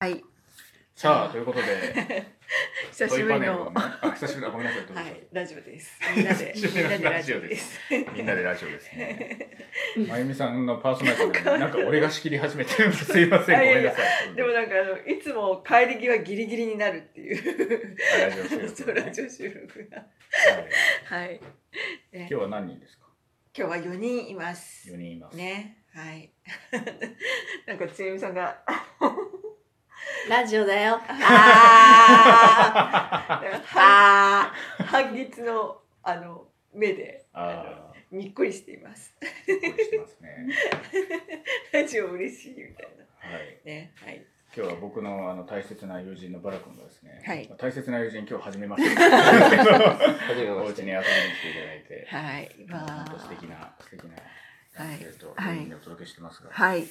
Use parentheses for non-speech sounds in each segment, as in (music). はい。さあ、ということで、 (laughs) 久トしイぶパりネルをのね。あ、久しぶりだ。ごめんなさい。どうぞはい、ラジオ (laughs) です。みんなで久しぶみんりなでのララジジオオでですす。みんなでラジオですね。まゆみさんのパーソナリティなのになんか俺が仕切り始めてるんです。すいません。ごめんなさい。でもなんかあのいつも帰り際ギリギリになるっていう。あラジオ収録そうラジオ収録が。ははいい。今日は何人ですか今日は四人います四。人います。ね、はい。 (laughs) なんかつゆみさんが。 (laughs) ラジオだよ。 (laughs) あ (laughs) (laughs) ああ。ああ。半月のあの目であにっこりしています。ー、びっくりしてますね。ラジオ嬉しいみたいな。はい。ね、はい。今日は僕のあの大切な友人のバラ君がですね、はい大切な友人今日初めましてお初めま家しに遊びに来てて。いただいて、はい。本ま当素敵あ。な素敵なはいえっとはい4人でお届けしてますが、はい。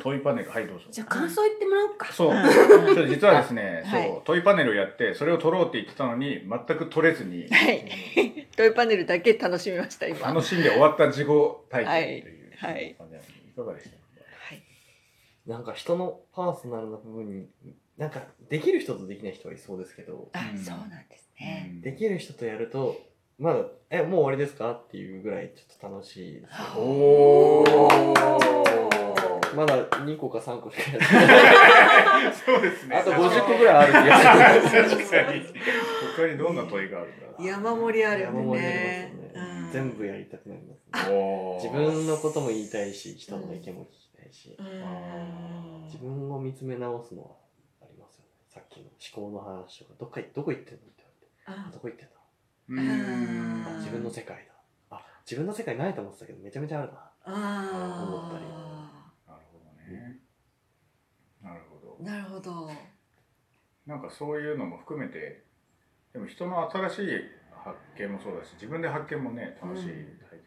トイパネルはいどうぞ。じゃあ感想言ってもらおうか。そう、うんち (laughs) ょっと実はですね、はいそうトイパネルをやってそれを取ろうって言ってたのに全く取れずにはい。トイパネルだけ楽しみました今。楽しんで終わった事後体験というはいはい感じなのでいかがでしたか。はい。なんか人のパーソナルな部分に、なんかできる人とできない人はいそうですけど、あ、うんそうなんですね。うんできる人とやると、まあ、え、もう終わりですかっていうぐらいちょっと楽しいですね。おおお。まだ2個か3個しかやってな (laughs) い。そうですね。 (laughs) あと50個ぐらいあるってやつ。 (laughs) 確かに。他にどんな問いがあるか。山盛りあるよ山盛りあねり。うますよねん全部やりたくなりますね。おー自分のことも言いたいし、人の意見も聞きたいしう、ん自分を見つめ直すのはありますよね。さっきの思考の話とか、どっかいどこ行ってんのって言われて、ああどこ行ってんのうーうあん自分の世界だ。あ、自分の世界ないと思ってたけど、めちゃめちゃあるな。思ったりあなるほどね。なるほー。ど。なるほど。なんかそういうのも含めて、でも人の新しい発見もそうだし、自分で発見もね、楽しい体験ですよね。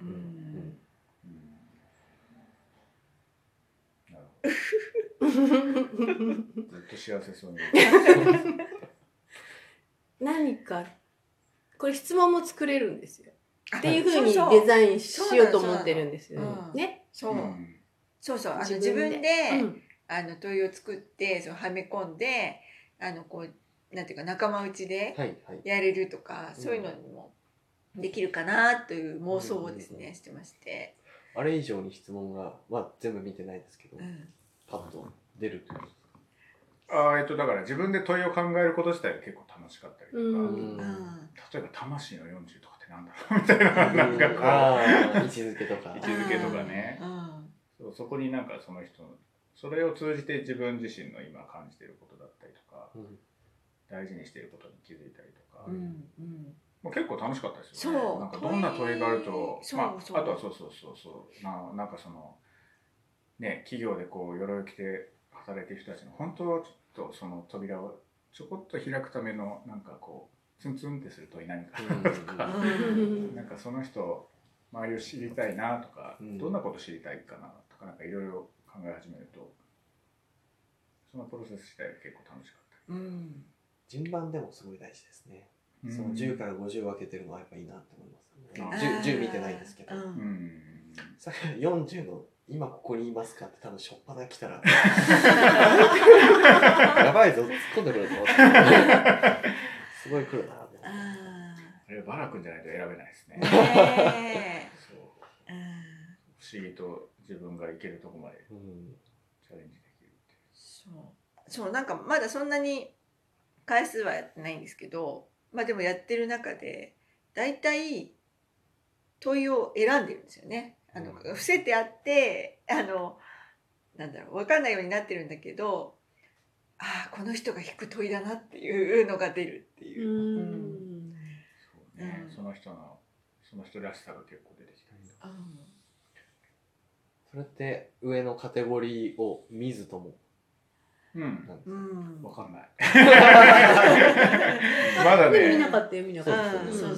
う。うんうんなるほど。ずっと幸せそうに。何かこれ質問も作れるんですよ。 (laughs) っっていう風にそうそデうザインしようと思ってるんですよそうなの。ね。そううんそうそうあの自分でうんあの問いを作ってそのはめ込んであのこうなんていうか仲間内ではい、はい。やれるとかそういうのにもできるかなという妄想をですうんうんうねしてまして。あれ以上に質問が、まあ全部見てないですけどう、ん。パッと出る。あーえっと、だから自分で問いを考えること自体が結構楽しかったりとか、うんうんうん。例えば「魂の40」とかってなんだろうみたい (laughs) ななんかこうあー位置づけとか (laughs) 位。置づけとかねうん。そうそこになんかその人のそれを通じて自分自身の今感じていることだったりとかうん大事にしていることに気づいたりとか、うん。うん。もう結構楽しかったですよねそうなんかどんな問いがあると問いそうまあ、あそうとはそうそうそうそうななんかそのね企業でこう鎧を着て働いている人たちの本当はちょっとその扉をちょこっと開くためのなんかこうツンツンってする問い何かうんなとか、う (laughs) んなんかその人周りを知りたいなとか、うんどんなこと知りたいかなとかなんかいろいろ考え始めるとそのプロセス自体が結構楽しかった (laughs) うん。順番でもすごい大事ですね。りその10から50分けてるのはやっぱいいなって思いあますよね。10, 10見てないんですけどう。うんんさ40の今ここにいますかって多分しょっぱな (laughs) 来たらやばいぞ突っ込んでくるぞ (laughs) すごい来るなと思って (laughs) ああれはバラ君じゃないと選べないです (laughs) ねーねそう (laughs) えうん不思議と自分がいけるとこまでうんチャレンジできるっていうそうそうなんかまだそんなに回数はやってないんですけどまあでもやってる中で大体問いを選んでるんですよね。あのうん伏せてあってあのなんだろう分かんないようになってるんだけどああこの人が引く問いだなっていうのが出るっていう。うんそうね、うんその人のその人らしさが結構出てきたりとかそれって上のカテゴリーを見ずともうんなんで (laughs) すうかんわかんないまだでも見ねなかったよ見なうかった。ん、そうそうそう。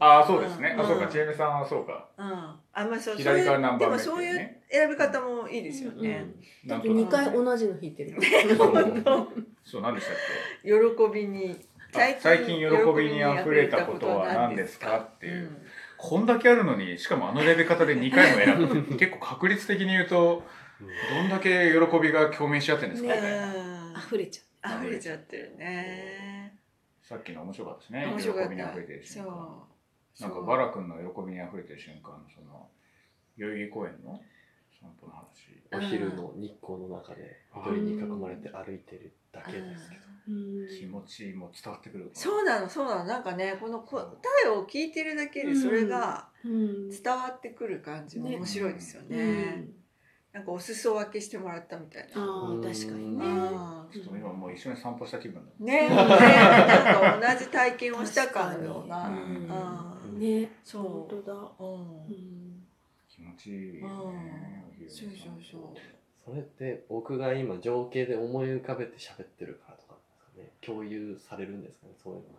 ああそうですね、あそううかんちえみさんはそうかうん、あんまりそう左から何番目ってでもそういういねう選び方もいいですようんね。だなんってとな二く回同じの弾いてる。本当そう何でしたっけ喜びに最近喜びにあふれたことは何ですかっていう、こんだけあるのにしかもあの選び方で2回も選ぶ結構確率的に言うとどんだけ喜びが共鳴し合ってるんですかみたいな溢れちゃ溢れちゃってるね。さっきの面白かったですね面喜白かっびに溢れてるた。瞬そう間。そなうんかバラ君の喜びに溢れてる瞬間その代々木公園の散歩の話お昼の日光の中で緑に囲まれて歩いてるだけですけどうんう。うん気持ちも伝わってくるそうなのそうなのなんかねこの答えを聞いてるだけでそれがうん伝わってくる感じもね面白いですよね。なんかお裾分けしてもらったみたいな。ああ確かにね。あちょっと今もう一緒に散歩した気分だもんー (laughs) ねねなんか同じ体験をしたかのよううな。んあーね本そ当だ。う。うんうん気持ちいいよねお昼の散歩そうそうそうそれって僕が今情景で思い浮かべて喋ってるからとかなんですかね共有されるんですかねそういうのが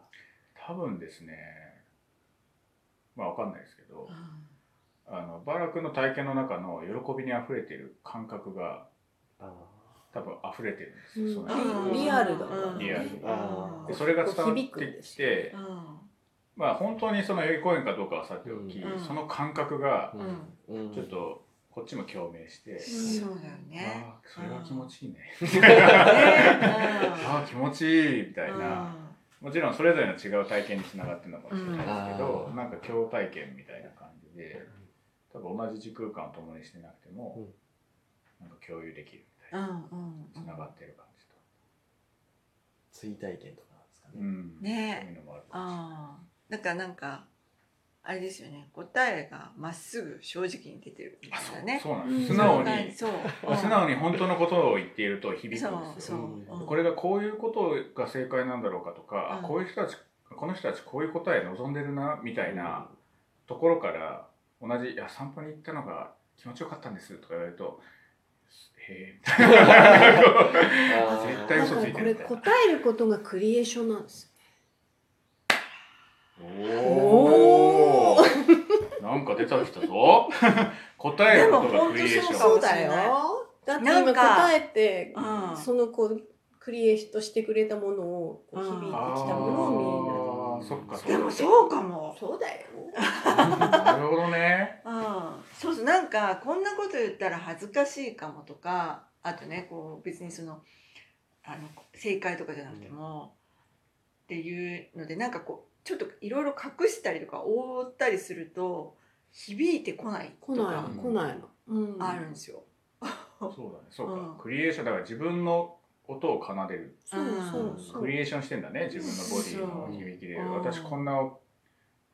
多分ですねまあわかんないですけどうんあのバラ君の体験の中の喜びに溢れてる感覚があ多分溢れてるんですうよ、んそのあーうんリアルだからうんねリアルあでそれが伝わっ響くんてできすて、うんまあ本当にその代々木公園かどうかはさておき、うんその感覚があうんうんちょっとこっちも共鳴して、そうだよね。ああそれは気持ちいいね、ね (laughs) ああ気持ちいいみたういんな、もちろんそれぞれの違う体験につながってるのかもしれないですけど、うんなんか共体験みたいな感じで多分同じ時空間を共にしてなくても、なんか共有できるみたういんな、うんつながってる感じと、追体験とかなんですかね、うんねそういうのもあるかもしれないああだからなんかあれですよね答えがまっすぐ正直に出てるんであすそようね。そうなんです、素うん直に、そう素直に本当のことを言っていると響くんですそようそううんこれがこういうことが正解なんだろうかとか、うんあこういう人たちこの人たちこういう答え望んでるなみたいなところから同じ「いや散歩に行ったのが気持ちよかったんです」とか言われると「へえ」みたいなあー絶対だ嘘かつらいこてるれみたいな答えることがクリエーションなんです。おおなんか出た人ぞ答えることがクリエーシでも本当そョンうだよ。だってな今んか答えてうんその子クリエイトしてくれたものをこううん響いてきあたものを見えなー見えないい。そっかそでっもかそうかも。そうだよ。なるほどね (laughs) うん、そうそうなんかこんなこと言ったら恥ずかしいかもとかあとねこう別にそのあの正解とかじゃなくても、っていうのでなんかこうちょっといろいろ隠したりとか覆ったりすると響いてこない来とないかの来ないの。うんあるんですよ。そうだねそうか、うんクリエーションだから自分の音を奏でるそうそうそう。クリエーションしてんだね自分のボディの響きでそう私うんこんな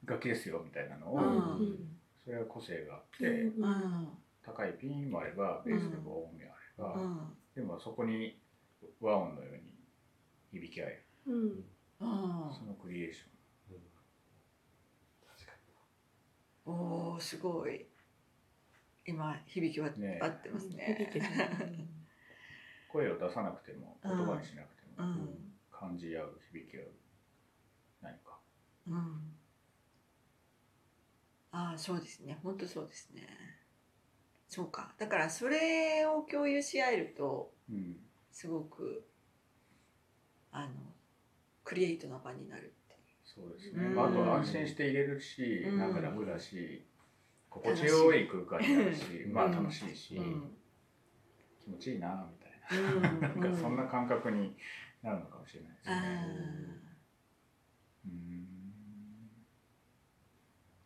楽器ですよみたいなのを、うんそれは個性があって、でうん高いピンもあればベースでボーンもあれば、うんでもそこに和音のように響き合えるうんうんそのクリエーシ確かおーすごい今響きはね合ってますね。響いてるョン声を出さなくても言葉にしなくてうもん感じ合う響き合う何かうんああそうですね本当そうですねそうかだからそれを共有し合えるとうんすごくあのクリエイトな場になるっていそうですね、うんまあ、あと安心して入れるし、うんなんか楽だし心地よい空間になるしうんまあ楽しいし、う、気持ちいいなみたいな。うん、なんかそんなう感覚になるのかもしれないですあね。うん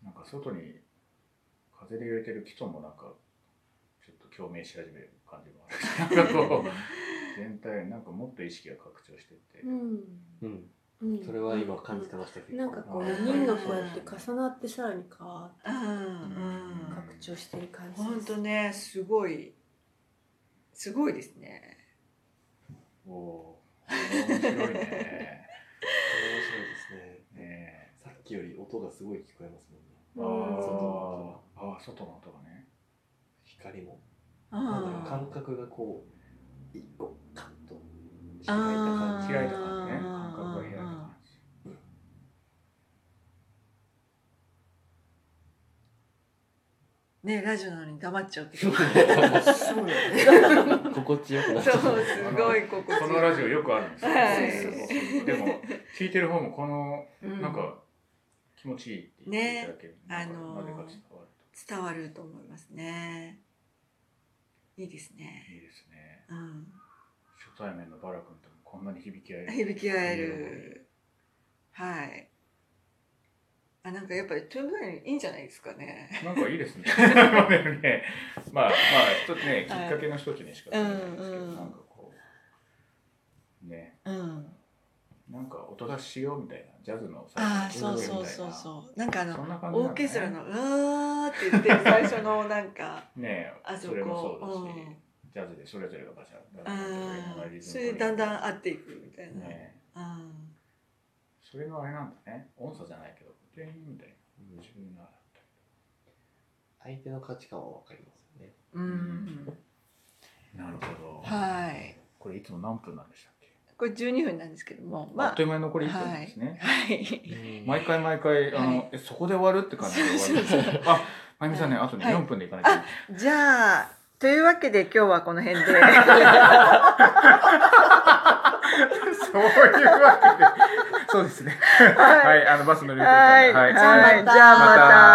なんか外に風で揺れてる木ともなんかちょっと共鳴し始める感じもあるし、なんかこう全体なんかもっと意識が拡張してって、うに、ん。うん、それは今感じてましたけどなんかこうあー4人がこうやって重なってさらに変わあうんってうん拡張してる感じです。本当ねすごいすごいですねおおー面白いね。面白いですねね (laughs) えさっきより音がすごい聞こえますもんねあうーん。あー外の音がね。光もうなんだろうん感覚がこう一個カッと開いたあ感ーじ開いた感じね。うん感覚が開いた感じ。ねラジオなのに黙っちゃうってそう (laughs) なんだね。心地よくなっちそゃううすごい心地よい (laughs) このラジオよくあるんですよ。はいそうそうそうでも聞いてる方もこのうんなんか気持ちいいって言っていただける、ねなんかあのーなぜか伝わる伝わると思いますね。いいですね。いいですねうん。初対面のバラ君ともこんなに響き合える響き合える。はい。あ、なんかやっぱりトゥームダインいいんじゃないですかね。なんかいいですねまあねまあまあちょっとねきっかけの一つにしか過ぎないですけうど、んうんなんかこうねうん。なんか音出ししようみたいなジャズのああ、最初そのう曲そうそうみたいなそう。なんかあの、そんな感じオなーんだねケストラの「うわ」って言ってる最初のなんかねえ (laughs) あそそこれもそうだし、うんジャズでそれぞれの場所あーそれでだんだん合っていくみたいな、ねえあそれがあれなんだね音差じゃないけどプレインみたいなうん自分があった相手の価値観は分かりますよね。ーうんりなるほど、はいこれいつも何分なんでしたっけこれ12分なんですけどもあ、まっあという間に残り1分ですね、はい毎回毎回あの、はいえそこで終わるって感じで終わるそうそうあまゆみさんね、はいあとねはい4分でいかないと、いけない、じゃあというわけで今日はこの辺でそういうわけでそうですねはい、あのバス乗り遅れたんではいははいいじゃあまた